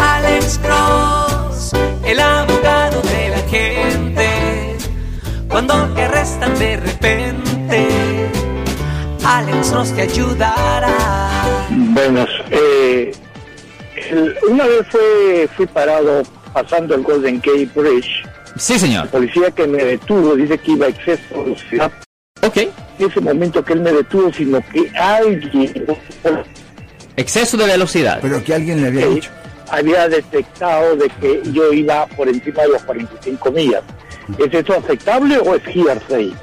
Alex Cross, el abogado de la gente. Cuando te arrestan de repente, Alex Cross te ayudará. Buenas. eh, el- una vez fue, fui parado pasando el Golden Gate Bridge. Sí, señor. Policía que me detuvo, dice que iba a exceso de velocidad. Ok. En ese momento que él me detuvo, sino que alguien Exceso de velocidad. Pero que alguien le había eh, dicho. había detectado de que yo iba por encima de los 45 millas. ¿Es eso aceptable o es hearsay?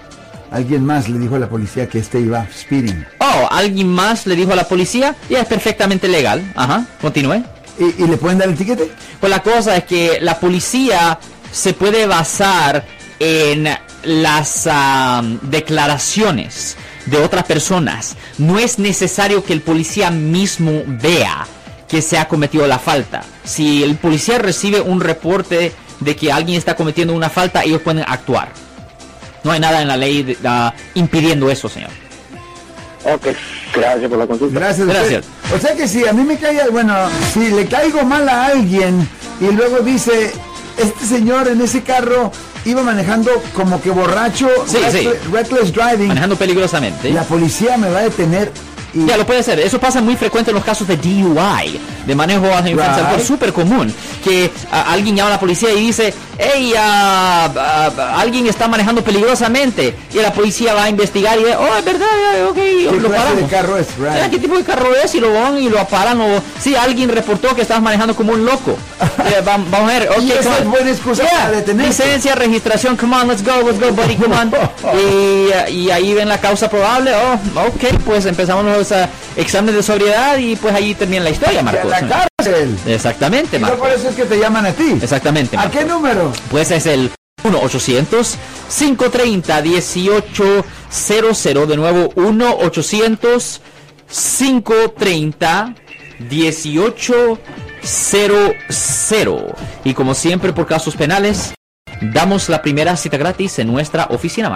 Alguien más le dijo a la policía que este iba speeding. Oh, alguien más le dijo a la policía y es perfectamente legal. Ajá, continúe. ¿Y, y le pueden dar el tiquete? Pues la cosa es que la policía se puede basar en las am, declaraciones de otras personas. No es necesario que el policía mismo vea que se ha cometido la falta. Si el policía recibe un reporte de que alguien está cometiendo una falta, ellos pueden actuar. No hay nada en la ley de- ah, impidiendo eso, señor. Ok, gracias por la consulta. Gracias. Gracias. usted. O sea que si a mí me cae, bueno, si le caigo mal a alguien y luego dice, este señor en ese carro iba manejando como que borracho, Sí, sí. reckless driving, Manejando peligrosamente. la policía me va a detener y Ya lo puede ser. Eso pasa muy frecuente en los casos de DUI, de manejo bajo influencia. Right. alcohol, súper común. Que ah, alguien llama a la policía y dice, hey, ah, ah, ah, alguien está manejando peligrosamente. Y la policía va a investigar y dice, oh, es verdad, eh, ok, ¿qué lo clase de paramos. carro es? Right. Eh, ¿Qué tipo de carro es? Y lo van y lo paran. O si alguien reportó que estabas manejando como un loco. Eh, vam- vamos, a ver. ok, Y esa come es on. buena excusa para detenerte. Licencia, registración. Come on, let's go, let's go, buddy. Come on. y, eh, y ahí ven la causa probable. Oh, ok, pues empezamos los eh, exámenes de sobriedad y pues ahí termina la historia, Y a Marcos. la cárcel. Exactamente, Y no Marcos. por eso es que te llaman a ti. Exactamente. ¿A qué Marcos. número? Pues es el 1-800-530-1800. De nuevo, 1-800-530-1800. Y como siempre, por casos penales, damos la primera cita gratis en nuestra oficina, Marco.